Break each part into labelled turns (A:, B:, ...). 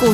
A: 股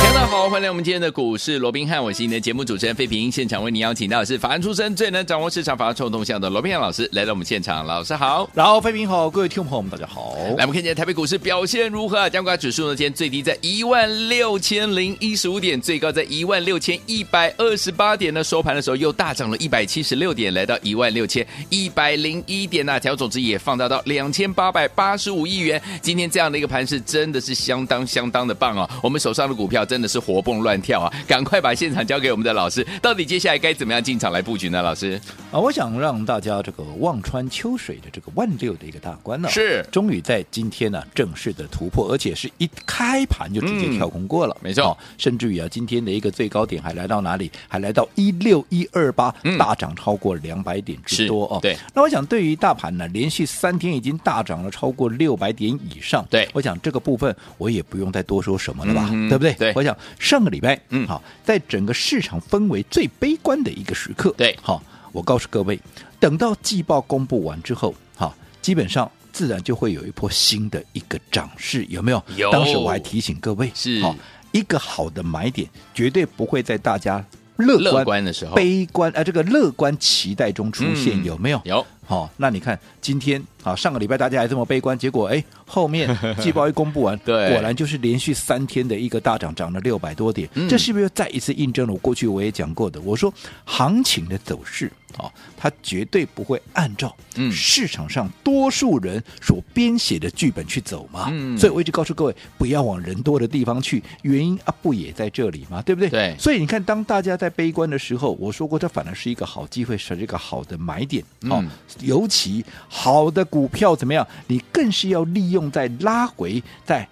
B: 大家好，欢迎来我们今天的股市罗宾汉，我是你的节目主持人费平。现场为您邀请到的是法案出身、最能掌握市场法案臭动向的罗宾汉老师来到我们现场，老师好。
C: 然后，飞平好，各位听众朋友们，大家好。
B: 来，我们看见台北股市表现如何？加权指数呢？今天最低在一万六千零一十五点，最高在一万六千一百二十八点呢。收盘的时候又大涨了一百七十六点，来到一万六千一百零一点呐、调总值也放大到两千八百八十五亿元。今天这样的一个盘势真的是相当相当的棒哦。我们手上的股票真的是活蹦乱跳啊！赶快把现场交给我们的老师，到底接下来该怎么样进场来布局呢？老师
C: 啊，我想让大家这个望穿秋水的这个万六的一个大关呢、
B: 是
C: 终于在今天呢、正式的突破，而且是一开盘就直接跳空过了，
B: 嗯没错
C: 甚至于啊，今天的一个最高点还来到哪里？还来到一六一二八
B: 嗯，
C: 大涨超过两百点之多
B: 是
C: 哦。
B: 对，
C: 那我想对于大盘呢，连续三天已经大涨了超过六百点以上，
B: 对
C: 我想这个部分我也不用再多说什么了吧，
B: 嗯哼
C: 对不对？
B: 对
C: 我想上个礼拜，
B: 嗯
C: 好，在整个市场氛围最悲观的一个时刻，
B: 对
C: 好，我告诉各位，等到季报公布完之后，好，基本上自然就会有一波新的一个涨势，有没有？
B: 有
C: 当时我还提醒各位，
B: 是
C: 好一个好的买点，绝对不会在大家
B: 乐
C: 乐观、
B: 观的时候
C: 悲观啊、呃这个乐观期待中出现，
B: 嗯
C: 有没有？
B: 有
C: 好、那你看今天啊，上个礼拜大家还这么悲观，结果哎，后面季报一公布完，
B: 对
C: 果然就是连续三天的一个大涨，涨了六百多点，
B: 嗯
C: 这是不是又再一次印证了我过去我也讲过的，我说行情的走势啊、它绝对不会按照
B: 嗯
C: 市场上多数人所编写的剧本去走嘛，
B: 嗯
C: 所以我一直告诉各位不要往人多的地方去，原因啊不也在这里嘛，对不对？
B: 对
C: 所以你看，当大家在悲观的时候，我说过，这反而是一个好机会，是一个好的买点。好、
B: 嗯
C: 尤其好的股票怎么样？你更是要利用在拉回，在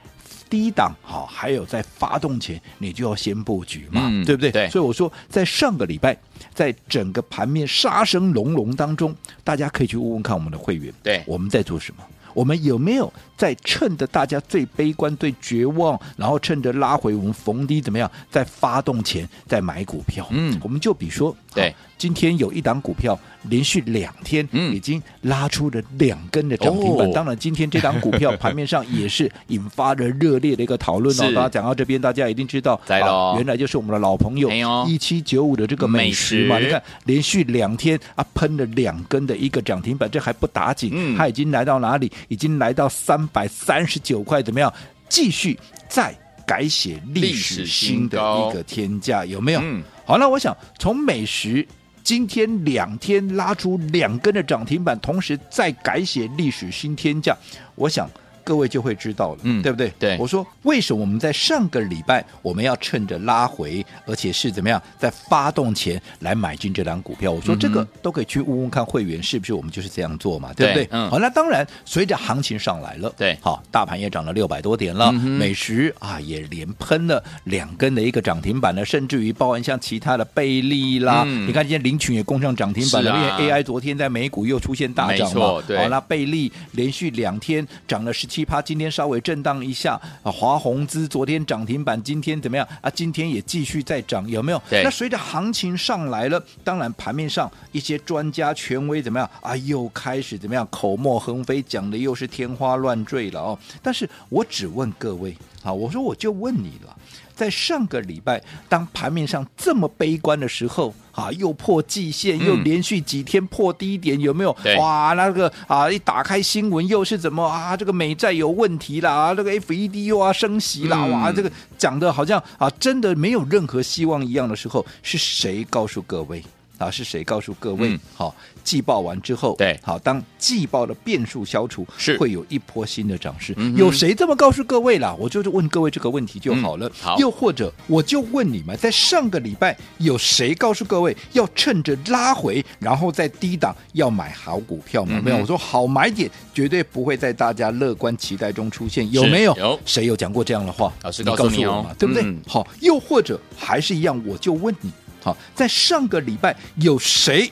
C: 低档，好、还有在发动前，你就要先布局嘛，
B: 嗯
C: 对不对？
B: 对
C: 所以我说，在上个礼拜，在整个盘面杀声隆隆当中，大家可以去问问看我们的会员，
B: 对
C: 我们在做什么。我们有没有在趁着大家最悲观、最绝望，然后趁着拉回我们逢低怎么样，在发动前再买股票？
B: 嗯
C: 我们就比说，
B: 对
C: 好，今天有一档股票连续两天
B: 嗯
C: 已经拉出了两根的涨停板。
B: 哦
C: 当然，今天这档股票盘面上也是引发了热烈的一个讨论哦
B: 是。
C: 大家讲到这边，大家一定知道，
B: 在咯
C: 原来就是我们的老朋友
B: 哦哎呦
C: 一七九五的这个美食嘛。
B: 美食
C: 你看，连续两天啊喷了两根的一个涨停板，这还不打紧，
B: 嗯
C: 它已经来到哪里？已经来到三百三十九块，怎么样？继续再改写历史新的一个天价，有没有？
B: 嗯
C: 好，那我想从美食。今天两天拉出两根的涨停板，同时再改写历史新天价，我想各位就会知道了，
B: 嗯
C: 对不对？
B: 对
C: 我说为什么我们在上个礼拜我们要趁着拉回，而且是怎么样在发动前来买进这档股票？我说这
B: 嗯
C: 个都可以去问问看会员是不是我们就是这样做嘛，对不
B: 对
C: 对？
B: 嗯
C: 好，那当然随着行情上来了，
B: 对
C: 好，大盘也涨了六百多点了，
B: 嗯哼
C: 美食啊也连喷了两根的一个涨停板了，甚至于包含像其他的贝利啦，
B: 嗯
C: 你看今天林群也攻上涨停板了，
B: 是啊
C: 因为 AI 昨天在美股又出现大涨
B: 没
C: 嘛
B: 错，对
C: 好，那贝利连续两天涨了十七趴，今天稍微震荡一下。啊，华宏资昨天涨停板，今天怎么样啊？今天也继续在涨，有没有？
B: 对
C: 那随着行情上来了，当然盘面上一些专家权威怎么样啊？又开始怎么样口沫横飞，讲的又是天花乱坠了哦。但是我只问各位啊，我说我就问你了。在上个礼拜，当盘面上这么悲观的时候，啊，又破季线，又
B: 嗯
C: 连续几天破低点，有没有
B: 对？
C: 哇，那个啊，一打开新闻又是怎么啊？这个美债有问题啦，啊这个 FED 又要升息啦，
B: 嗯
C: 哇，这个讲的好像啊，真的没有任何希望一样的时候，是谁告诉各位？啊，是谁告诉各位？
B: 嗯
C: 好，季报完之后，
B: 对
C: 好，当季报的变数消除，
B: 是
C: 会有一波新的涨势。
B: 嗯哼
C: 有谁这么告诉各位啦？我就是问各位这个问题就好了。
B: 嗯好
C: 又或者我就问你们，在上个礼拜有谁告诉各位要趁着拉回，然后在低档要买好股票吗？
B: 嗯哼
C: 没有，我说好买点绝对不会在大家乐观期待中出现，有
B: 是
C: 没有？
B: 有
C: 谁有讲过这样的话？
B: 老师
C: 你
B: 告诉你
C: 我
B: 哦
C: 嘛，对不对？
B: 嗯
C: 好，又或者还是一样，我就问你，好，在上个礼拜有谁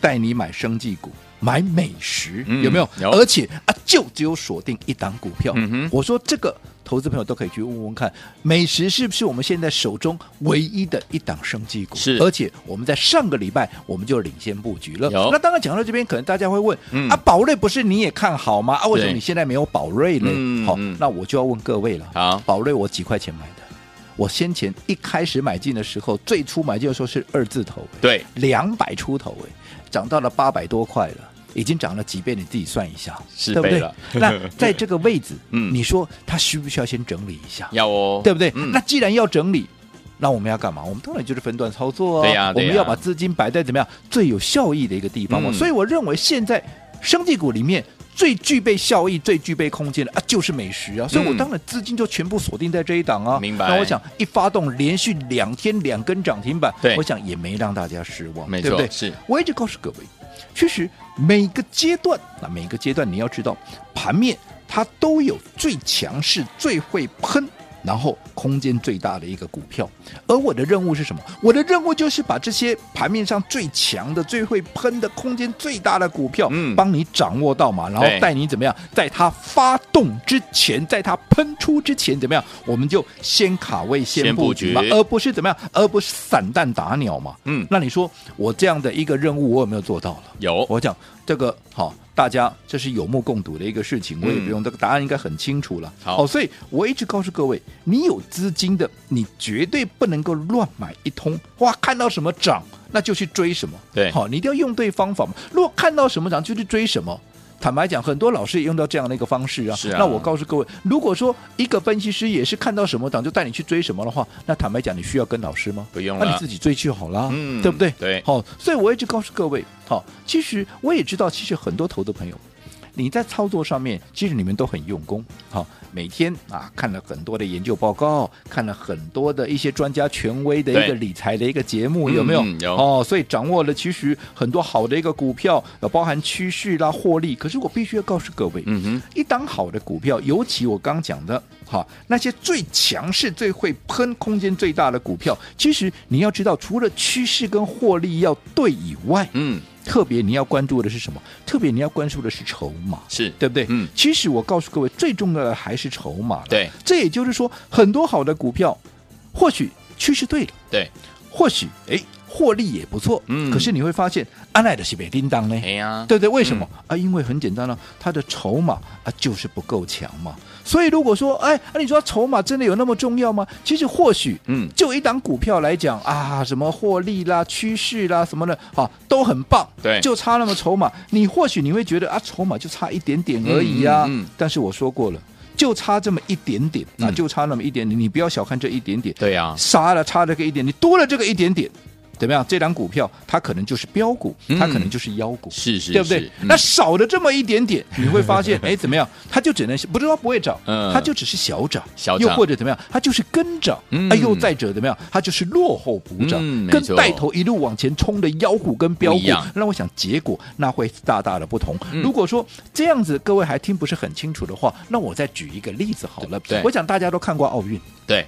C: 带你买生技股？买美食，
B: 嗯
C: 有没有？
B: 有
C: 而且啊，就只有锁定一档股票。
B: 嗯哼
C: 我说这个投资朋友都可以去问问看，美食是不是我们现在手中唯一的一档生技股？
B: 是
C: 而且我们在上个礼拜我们就领先布局了。
B: 有
C: 那当然讲到这边，可能大家会问、
B: 嗯
C: 啊，宝瑞不是你也看好吗？啊，为什么
B: 对
C: 你现在没有宝瑞呢？
B: 嗯
C: 好
B: 嗯，
C: 那我就要问各位了。
B: 好
C: 宝瑞我几块钱买的？我先前一开始买进的时候，最初买进的时候是二字头，哎
B: 对，
C: 两百出头哎，涨到了八百多块了。已经涨了几倍，你自己算一下，
B: 十
C: 对不
B: 倍
C: 对
B: 了？
C: 那在这个位置，
B: 嗯
C: 你说它需不需要先整理一下？
B: 要哦，
C: 对不对？
B: 嗯
C: 那既然要整理，那我们要干嘛？我们当然就是分段操作啊。
B: 对呀
C: 我
B: 对呀
C: 们要把资金摆在怎么样最有效益的一个地方嘛。
B: 嗯
C: 所以我认为现在生技股里面。最具备效益、最具备空间的啊，就是美食啊，所以我
B: 嗯
C: 当然资金就全部锁定在这一档啊。
B: 明白
C: 那我想一发动，连续两天两根涨停板，
B: 对
C: 我想也没让大家失望，
B: 没
C: 对不
B: 错
C: 对？
B: 是
C: 我一直告诉各位，其实每个阶段，那每个阶段你要知道，盘面它都有最强势、最会喷。然后空间最大的一个股票，而我的任务是什么？我的任务就是把这些盘面上最强的、最会喷的、空间最大的股票，
B: 嗯
C: 帮你掌握到嘛，然后
B: 对
C: 带你怎么样，在它发动之前，在它喷出之前，怎么样，我们就先卡位、
B: 先
C: 先
B: 布
C: 布局嘛，
B: 局
C: 而不是怎么样，而不是散弹打鸟嘛。
B: 嗯
C: 那你说我这样的一个任务，我有没有做到了？
B: 有，
C: 我讲这个好，大家这是有目共睹的一个事情，我也
B: 嗯
C: 不用这个答案应该很清楚了。
B: 好
C: 哦，所以我一直告诉各位，你有资金的，你绝对不能够乱买一通。哇，看到什么涨，那就去追什么。
B: 对
C: 好，你一定要用对方法嘛。如果看到什么涨，就去追什么。坦白讲，很多老师也用到这样的一个方式啊。
B: 是啊
C: 那我告诉各位，如果说一个分析师也是看到什么涨就带你去追什么的话，那坦白讲，你需要跟老师吗？
B: 不用
C: 那你
B: 了
C: 自己追就好啦，
B: 嗯
C: 啊对不对？
B: 对
C: 好、所以我一直告诉各位，好、其实我也知道，其实很多投资朋友。你在操作上面，其实你们都很用功，好、每天啊看了很多的研究报告，看了很多的一些专家权威的一
B: 对
C: 个理财的一个节目，
B: 嗯
C: 有没有？
B: 嗯有
C: 哦，所以掌握了其实很多好的一个股票，呃包含趋势啦、获利。可是我必须要告诉各位，
B: 嗯哼，
C: 一档好的股票，尤其我刚讲的，哈，那些最强势、最会喷、空间最大的股票，其实你要知道，除了趋势跟获利要对以外，
B: 嗯，
C: 特别你要关注的是什么？特别你要关注的是筹码。
B: 是
C: 对不对？
B: 嗯，
C: 其实我告诉各位，最重要的还是筹码了。
B: 对，
C: 这也就是说，很多好的股票，或许趋势对了，
B: 对，
C: 或许哎获利也不错，
B: 嗯
C: 可是你会发现，安奈的是被叮当呢，
B: 哎呀，
C: 对不对？为什么、
B: 嗯
C: 啊？因为很简单了、它的筹码啊就是不够强嘛。所以如果说，哎，啊、你说筹码真的有那么重要吗？其实或许，
B: 嗯
C: 就一档股票来讲啊，什么获利啦、趋势啦什么的，啊，都很棒。
B: 对
C: 就差那么筹码，你或许你会觉得啊，筹码就差一点点而已啊。
B: 嗯嗯嗯
C: 但是我说过了。就差这么一点点啊，
B: 嗯
C: 就差那么一点点，你不要小看这一点点。
B: 对呀，
C: 杀了差这个一点，你多了这个一点点，怎么样？这档股票它可能就是标股，
B: 嗯
C: 它可能就是妖股，
B: 是是
C: 对不对
B: 是？嗯
C: 那少了这么一点点，你会 发现，哎，怎么样？它就只能是不是说不会涨，
B: 嗯
C: 它就只是小涨，
B: 小涨
C: 又或者怎么样？它就是跟涨
B: 嗯，
C: 哎，又再者怎么样？它就是落后补涨
B: 嗯，没
C: 跟
B: 错
C: 带头一路往前冲的妖股跟标股
B: 不一样，嗯
C: 那我想结果那会大大的不同。如果说这样子，各位还听不是很清楚的话，那我再举一个例子好了
B: 对。
C: 我想大家都看过奥运。
B: 对，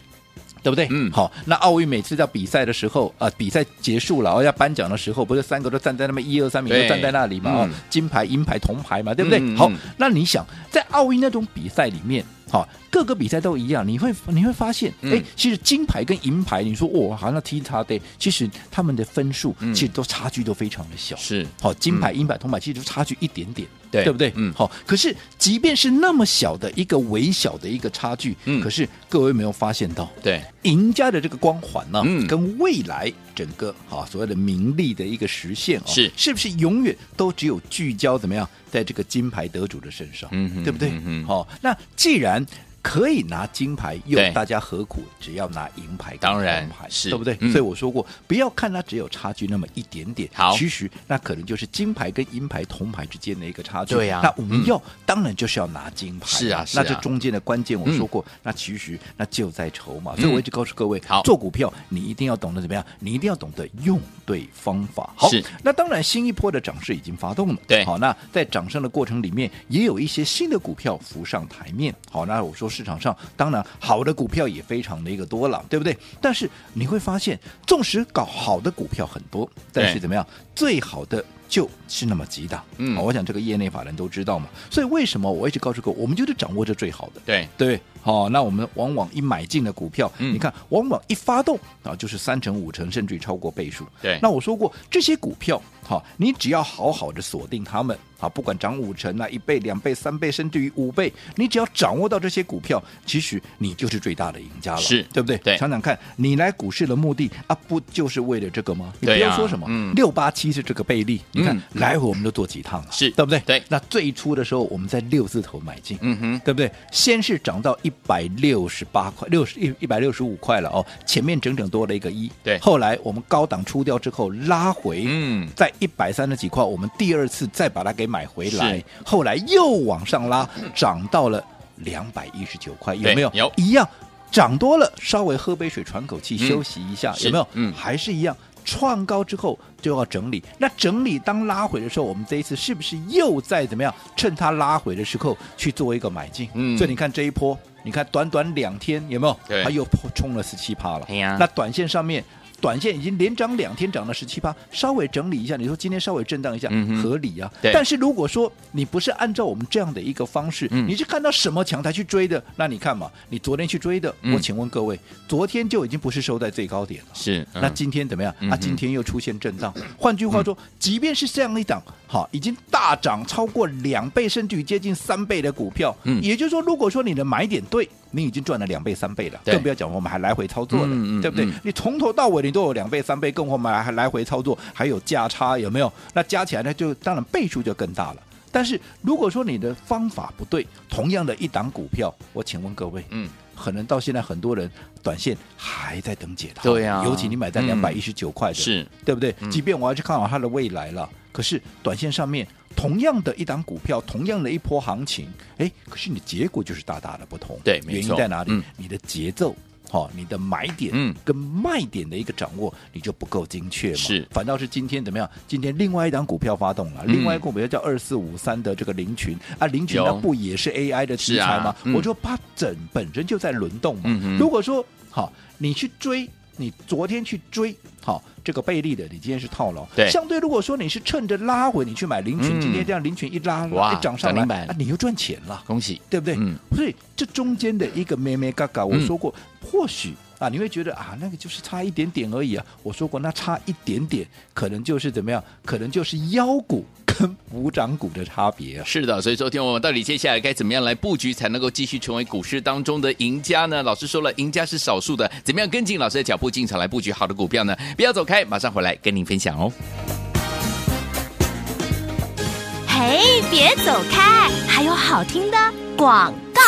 C: 对不对？
B: 嗯
C: 好，那奥运每次在比赛的时候，啊、比赛结束了，哦，要颁奖的时候，不是三个都站在那么一二三名
B: 对
C: 都站在那里嘛？哦
B: 嗯
C: 金牌、银牌、铜牌嘛，对不对？
B: 嗯嗯
C: 好
B: 嗯，
C: 那你想，在奥运那种比赛里面，好、各个比赛都一样，你会你会发现，哎、
B: 嗯
C: 其实金牌跟银牌，你说哦，好像那 T 差对，其实他们的分数、
B: 嗯
C: 其实都差距都非常的小，
B: 是，嗯
C: 好，金牌、银牌、铜牌其实就差距一点点，
B: 对
C: 不对？
B: 嗯
C: 好，可是即便是那么小的一个微小的一个差距，
B: 嗯
C: 可是各位有没有发现到，
B: 对，
C: 赢家的这个光环呢、
B: 嗯
C: 跟未来整个啊所谓的名利的一个实现啊、
B: 是
C: 是不是永远都只有聚焦怎么样，在这个金牌得主的身上，
B: 嗯哼
C: 对不对？好、
B: 嗯哼
C: 那既然可以拿金牌，又
B: 对
C: 大家何苦只要拿银牌跟
B: 当然
C: 铜牌
B: 是
C: 对不对？
B: 嗯
C: 所以我说过，不要看它只有差距那么一点点，
B: 好
C: 其实那可能就是金牌跟银牌、铜牌之间的一个差距。
B: 对呀
C: 那我
B: 嗯
C: 们要、当然就是要拿金牌，
B: 是啊是
C: 那
B: 啊
C: 这中间的关键我
B: 嗯
C: 说过，那其实那就在筹码，所以我一直告诉各位，
B: 好
C: 做股票你一定要懂得怎么样，你一定要懂得用对方法。好
B: 是，
C: 那当然新一波的涨势已经发动了，
B: 对
C: 好，那在涨升的过程里面，也有一些新的股票浮上台面。好，那我说市场上当然好的股票也非常的一个多了，对不对？但是你会发现，纵使搞好的股票很多，但
B: 对
C: 是怎么样，最好的就是那么几档。
B: 嗯
C: 好我想这个业内法人都知道嘛。所以为什么我一直告诉各位，我们就是掌握这最好的。
B: 对，
C: 对，好、那我们往往一买进的股票，
B: 嗯
C: 你看往往一发动啊，就是三成、五成，甚至于超过倍数。
B: 对
C: 那我说过这些股票，好、你只要好好的锁定它们，啊，不管涨五成啊、一倍、两倍、三倍，甚至于五倍，你只要掌握到这些股票，其实你就是最大的赢家了，
B: 是
C: 对不对？
B: 对
C: 想想看，你来股市的目的啊，不就是为了这个吗？你不
B: 对呀
C: 要说什么
B: 嗯，
C: 六八七是这个倍利，你看、
B: 嗯
C: 来回我们都做几趟了，
B: 是
C: 对不对？
B: 对
C: 那最初的时候我们在六字头买进，
B: 嗯哼，
C: 对不对？先是涨到一百六十八块，六十一一百六十五块了哦，前面整整多了一个一。
B: 对
C: 后来我们高档出掉之后拉回，
B: 嗯
C: 在一百三十几块，我们第二次再把它给买回来
B: 是，
C: 后来又往上拉，涨到了两百一十九块，有没有？
B: 有
C: 一样涨多了，稍微喝杯水，喘口气，
B: 嗯
C: 休息一下，
B: 是
C: 有没有？
B: 嗯
C: 还是一样。创高之后就要整理，那整理当拉回的时候，我们这一次是不是又在怎么样？趁它拉回的时候去做一个买进？
B: 嗯
C: 所以你看这一波，你看短短两天有没有？
B: 对
C: 它又破冲了十七趴了。
B: 哎呀
C: 那短线上面，短线已经连涨两天，涨了十七趴，稍微整理一下，你说今天稍微震荡一下，
B: 嗯哼
C: 合理啊。
B: 对
C: 但是如果说你不是按照我们这样的一个方式，
B: 嗯
C: 你是看到什么强才去追的，那你看嘛，你昨天去追的，
B: 嗯
C: 我请问各位，昨天就已经不是收在最高点了。
B: 是，嗯
C: 那今天怎么样？
B: 嗯
C: 啊，
B: 哼嗯
C: 今天又出现震荡。换句话说，即便是这样一档哈，已经大涨超过两倍，甚至于接近三倍的股票，
B: 嗯
C: 也就是说，如果说你的买点对，你已经赚了两倍三倍了，
B: 对
C: 更不要讲我们还来回操作了，
B: 嗯嗯
C: 对不对？
B: 嗯
C: 你从头到尾你都有两倍三倍，更何况还来回操作，还有价差，有没有？那加起来呢，就当然倍数就更大了。但是如果说你的方法不对，同样的一档股票，我请问各位，
B: 嗯，
C: 可能到现在很多人短线还在等解套，
B: 对呀
C: 尤其你买在
B: 嗯
C: 两百一十九块的，
B: 是
C: 对不对
B: 嗯？
C: 即便我要去看好它的未来了，可是短线上面同样的一档股票，同样的一波行情，哎，可是你的结果就是大大的不同。
B: 对没
C: 原因
B: 错
C: 在哪里？
B: 嗯
C: 你的节奏。好，你的买点
B: 嗯
C: 跟卖点的一个掌握，你就不够精确嘛？
B: 是
C: 反倒是今天怎么样？今天另外一档股票发动了，
B: 嗯
C: 另外一个股票叫二四五三的这个林群啊，林群
B: 有
C: 它不也是 AI 的题
B: 是啊
C: 材吗？
B: 嗯
C: 我就把整本身就在轮动嘛。
B: 嗯哼
C: 如果说好，你去追，你昨天去追好这个贝利的，你今天是套牢。
B: 对
C: 相对如果说你是趁着拉回你去买林群，
B: 嗯
C: 今天这样林群一拉
B: 哇
C: 一涨
B: 涨
C: 上来
B: 停，板
C: 啊你又赚钱了。
B: 恭喜，
C: 对不对？
B: 嗯
C: 所以这中间的一个咩咩嘎嘎，我
B: 嗯
C: 说过，或许啊，你会觉得啊，那个就是差一点点而已啊。我说过，那差一点点，可能就是怎么样？可能就是妖股跟补涨股的差别啊。
B: 是的，所以说，听我们到底接下来该怎么样来布局，才能够继续成为股市当中的赢家呢？老师说了，赢家是少数的，怎么样跟进老师的脚步进场来布局好的股票呢？不要走开，马上回来跟您分享哦。
A: 嘿，别走开，还有好听的广告。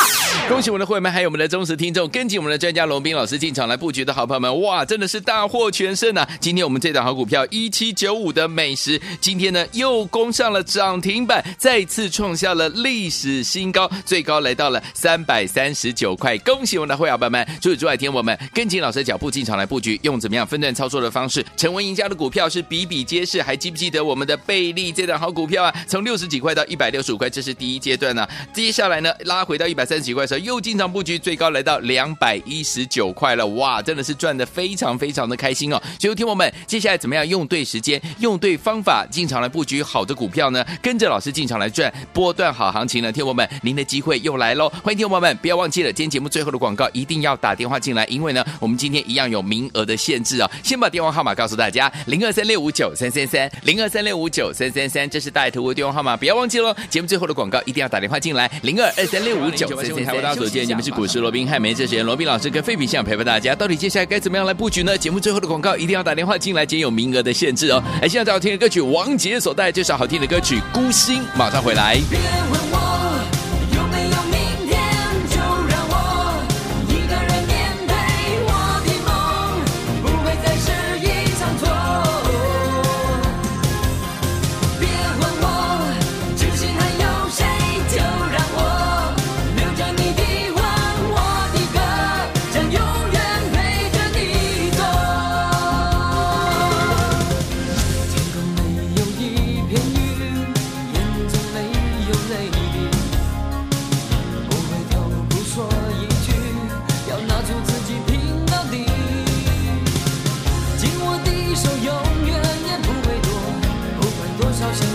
B: 恭喜我们的会员们，还有我们的忠实听众，跟紧我们的专家龙斌老师进场来布局的好朋友们，哇，真的是大获全胜啊！今天我们这档好股票一七九五的美食，今天呢又攻上了涨停板，再次创下了历史新高，最高来到了三百三十九块。恭喜我们的会员们！除此之外，听我们跟紧老师的脚步进场来布局，用怎么样分段操作的方式，成为赢家的股票是比比皆是。还记不记得我们的贝利这档好股票啊？从六十几块到一百六十五块，这是第一阶段呢、啊接下来呢，拉回到一百三十几块的时候，又进场布局，最高来到两百一十九块了。哇，真的是赚的非常非常的开心哦。所以，听我们接下来怎么样用对时间、用对方法进场来布局好的股票呢？跟着老师进场来赚波段好行情呢，听我们您的机会又来喽！欢迎听我们，不要忘记了，今天节目最后的广告一定要打电话进来，因为呢，我们今天一样有名额的限制哦。先把电话号码告诉大家：零二三六五九三三三，零二三六五九三三三，这是带图的电话号码，不要忘记喽。节目最后的广告一定要打电话进来，零二二三六五九三三三。大家所见，你们是股市罗宾汉梅这些罗宾老师跟费比相陪伴大家，到底接下来该怎么样来布局呢？节目最后的广告一定要打电话进来，今天有名额的限制哦。哎，现在最好听的歌曲，王杰所带来这首好听的歌曲《孤星》，马上回来。
D: 别问我有没有明天，就让我一个人面对我的梦，不会再是一场错。别问我痴心还有谁，就让我留着你的吻，我的歌将永远陪着你走。天空没有一片云，眼中没有泪滴。不回头，不说一句，要拿出自己拼到底。紧握的手，永远也不会多，不管多少伤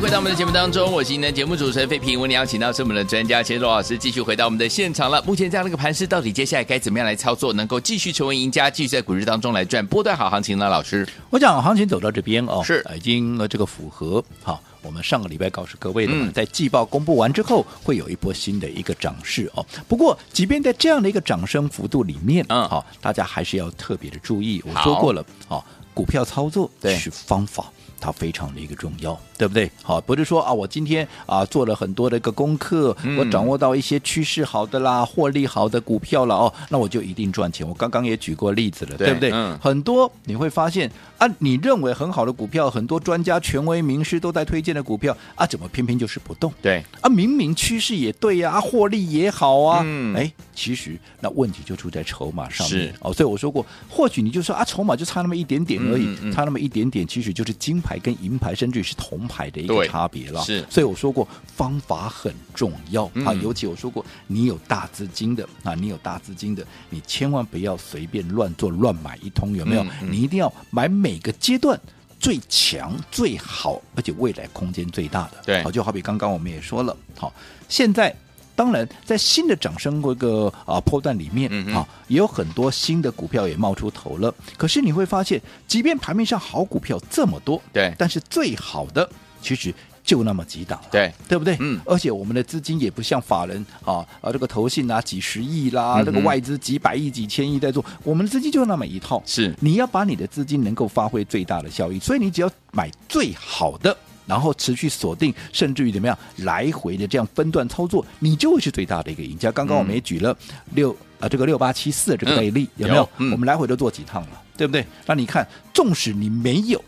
B: 回到我们的节目当中，我是今天的节目主持人费平，为您邀请到是我们的专家钱罗老师，继续回到我们的现场了。目前这样的一个盘势，到底接下来该怎么样来操作，能够继续成为赢家，继续在股市当中来赚波段好行情呢？老师，
C: 我讲行情走到这边哦，
B: 是
C: 已经呃这个符合好。我们上个礼拜告诉各位了嘛，
B: 嗯
C: 在季报公布完之后，会有一波新的一个涨势哦。不过，即便在这样的一个涨升幅度里面，
B: 嗯
C: 好、大家还是要特别的注意。我
B: 好
C: 说过了，好、股票操作
B: 对
C: 是方法。它非常的一个重要，对不对？好，不是说啊，我今天啊做了很多的一个功课，
B: 嗯
C: 我掌握到一些趋势好的啦、获利好的股票了哦，那我就一定赚钱。我刚刚也举过例子了，
B: 对
C: 对不对？
B: 嗯
C: 很多你会发现啊，你认为很好的股票，很多专家、权威、名师都在推荐的股票啊，怎么偏偏就是不动？
B: 对，
C: 啊，明明趋势也对呀、啊，获利也好啊，
B: 嗯
C: 哎、其实那问题就出在筹码上
B: 是
C: 面哦。所以我说过，或许你就说啊，筹码就差那么一点点而已，
B: 嗯嗯嗯
C: 差那么一点点，其实就是金牌跟银牌，甚至于是铜牌的一个
B: 对
C: 差别了。
B: 是
C: 所以我说过，方法很重要、啊。
B: 嗯
C: 尤其我说过，你有大资金的啊，你有大资金的，你千万不要随便乱做乱买一通，有没有？
B: 嗯嗯
C: 你一定要买每个阶段。最强、最好，而且未来空间最大的，
B: 对
C: 好就好比刚刚我们也说了，好，现在当然在新的涨升这个啊波段里面
B: 嗯哼
C: 啊，也有很多新的股票也冒出头了。可是你会发现，即便盘面上好股票这么多，
B: 对
C: 但是最好的其实就那么几档了。
B: 对，
C: 对不对？
B: 嗯
C: 而且我们的资金也不像法人啊啊，这个投信啊几十亿啦，
B: 嗯哼
C: 这个外资几百亿、几千亿在做，我们的资金就那么一套。
B: 是
C: 你要把你的资金能够发挥最大的效益，所以你只要买最好的。然后持续锁定，甚至于怎么样来回的这样分段操作，你就会是最大的一个赢家。刚刚我们也举了六啊、这个六八七四这个倍例、
B: 嗯
C: 有没有
B: 有？嗯
C: 我们来回都做几趟了，对不对？那你看，纵使你没有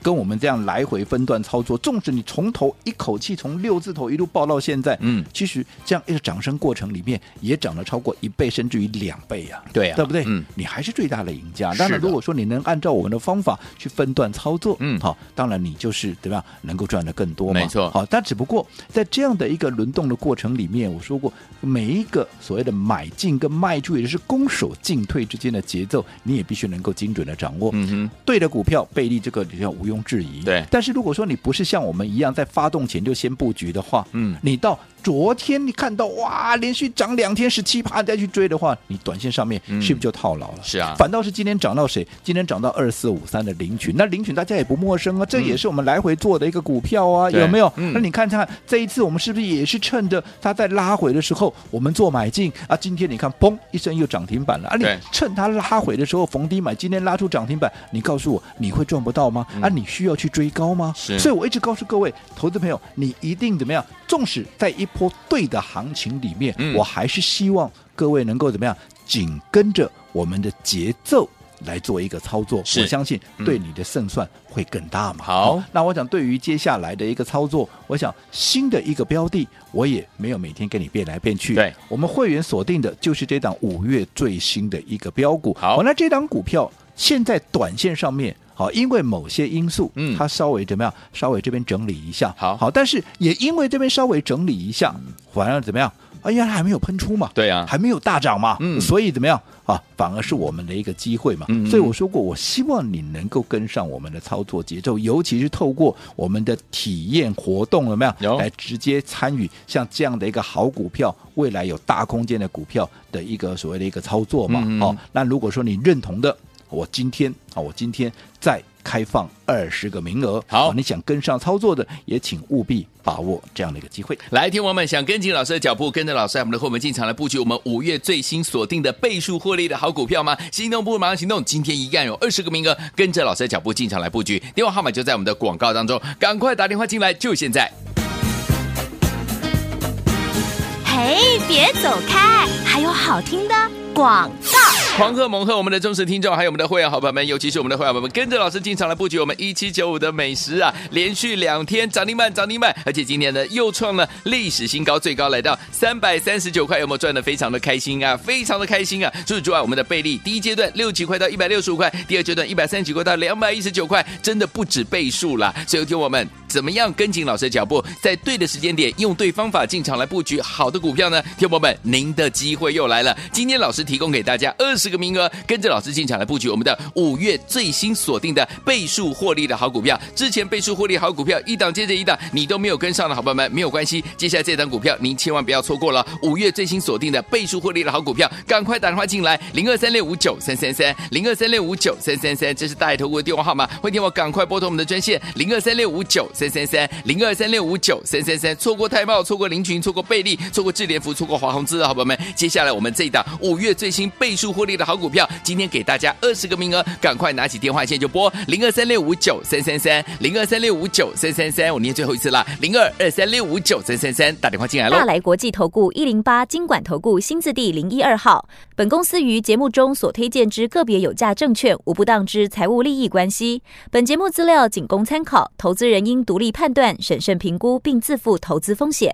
C: 跟我们这样来回分段操作，纵使你从头一口气从六字头一路报到现在，
B: 嗯
C: 其实这样一个涨升过程里面也涨了超过一倍，甚至于两倍呀、
B: 对啊
C: 对不对？
B: 嗯，
C: 你还是最大的赢家。
B: 是
C: 当然，
B: 的
C: 如果说你能按照我们的方法去分段操作，
B: 嗯
C: 好，当然你就是对吧，能够赚得更多嘛，
B: 没错
C: 好，但只不过在这样的一个轮动的过程里面，我说过，每一个所谓的买进跟卖出，也就是攻守进退之间的节奏，你也必须能够精准的掌握。
B: 嗯哼，
C: 对的股票倍利这个就要毋庸置疑。
B: 对
C: 但是如果说你不是像我们一样在发动前就先布局的话，
B: 嗯
C: 你到昨天你看到哇，连续涨两天十七趴再去追的话，你短线上面
B: 嗯
C: 是不是就套牢了？
B: 是啊
C: 反倒是今天涨到谁？今天涨到二四五三的林群，那林群大家也不陌生啊，这也是我们来回做的一个股票啊，
B: 嗯对
C: 有没有？
B: 嗯
C: 那你看看这一次我们是不是也是趁着它在拉回的时候，我们做买进啊？今天你看嘣一声又涨停板了啊！你
B: 对
C: 趁它拉回的时候逢低买，今天拉出涨停板，你告诉我你会赚不到吗？啊，你需要去追高吗？
B: 嗯是
C: 所以我一直告诉各位投资朋友，你一定怎么样？纵使在一波对的行情里面，
B: 嗯
C: 我还是希望各位能够怎么样，紧跟着我们的节奏。来做一个操作，
B: 是
C: 我相信对你的胜算会更大嘛。
B: 好
C: 那我想对于接下来的一个操作，我想新的一个标的，我也没有每天跟你变来变去。
B: 对，
C: 我们会员锁定的就是这档五月最新的一个标股。
B: 好
C: 那这档股票现在短线上面。好，因为某些因素，
B: 嗯
C: 它稍微怎么样？稍微这边整理一下，
B: 好
C: 好，但是也因为这边稍微整理一下，反而怎么样？哎呀，它还没有喷出嘛，
B: 对啊
C: 还没有大涨嘛，
B: 嗯
C: 所以怎么样啊？反而是我们的一个机会嘛。
B: 嗯
C: 所以我说过，我希望你能够跟上我们的操作节奏，尤其是透过我们的体验活动，有没有？
B: 有
C: 来直接参与像这样的一个好股票，未来有大空间的股票的一个所谓的一个操作嘛。
B: 嗯
C: 哦，那如果说你认同的，我今天啊、我今天再开放二十个名额，
B: 好
C: 哦你想跟上操作的，也请务必把握这样的一个机会。
B: 来，听众朋友们想跟紧老师的脚步，跟着老师我们的后门进场来布局我们五月最新锁定的倍数获利的好股票吗？心动不如马上行动，今天一样有二十个名额，跟着老师的脚步进场来布局，电话号码就在我们的广告当中，赶快打电话进来，就现在。
A: 嘿，别走开，还有好听的广告。
B: 狂贺猛贺我们的忠实听众，还有我们的会员好朋友们，尤其是我们的会员好朋友们，跟着老师进场来布局我们一七九五的美食啊，连续两天涨停板，涨停板，而且今年呢又创了历史新高，最高来到三百三十九块，有没有赚的非常的开心啊？非常的开心啊！除此之外，我们的贝利第一阶段六级块到一百六十五块，第二阶段一百三十九块到两百一十九块，真的不止倍数啦！所以听我们怎么样跟紧老师的脚步，在对的时间点用对方法进场来布局好的股票呢？听友们，您的机会又来了，今天老师提供给大家二十。十个名额，跟着老师进场来布局我们的五月最新锁定的倍数获利的好股票。之前倍数获利好股票一档接着一档，你都没有跟上的好朋友们没有关系，接下来这档股票您千万不要错过了。五月最新锁定的倍数获利的好股票，赶快打电话进来，零二三六五九三三三，零二三六五九三三三，这是大爱投顾的电话号码，欢迎我赶快拨通我们的专线零二三六五九三三三，零二三六五九三三三，错过泰茂，错过林群，错过贝利，错过智联福，错过华宏资的好朋友们，接下来我们这一档五月最新倍数获利的好股票，今天给大家二十个名额，赶快拿起电话线就拨零二三六五九三三三，零二三六五九三三三，我念最后一次啦，零二二三六五九三三三，打电话进来喽
A: 大。来国际投顾一零八金管投顾新字第零一二号。本公司于节目中所推荐之个别有价证券，无不当之财务利益关系。本节目资料仅供参考，投资人应独立判断、审慎评估，并自负投资风险。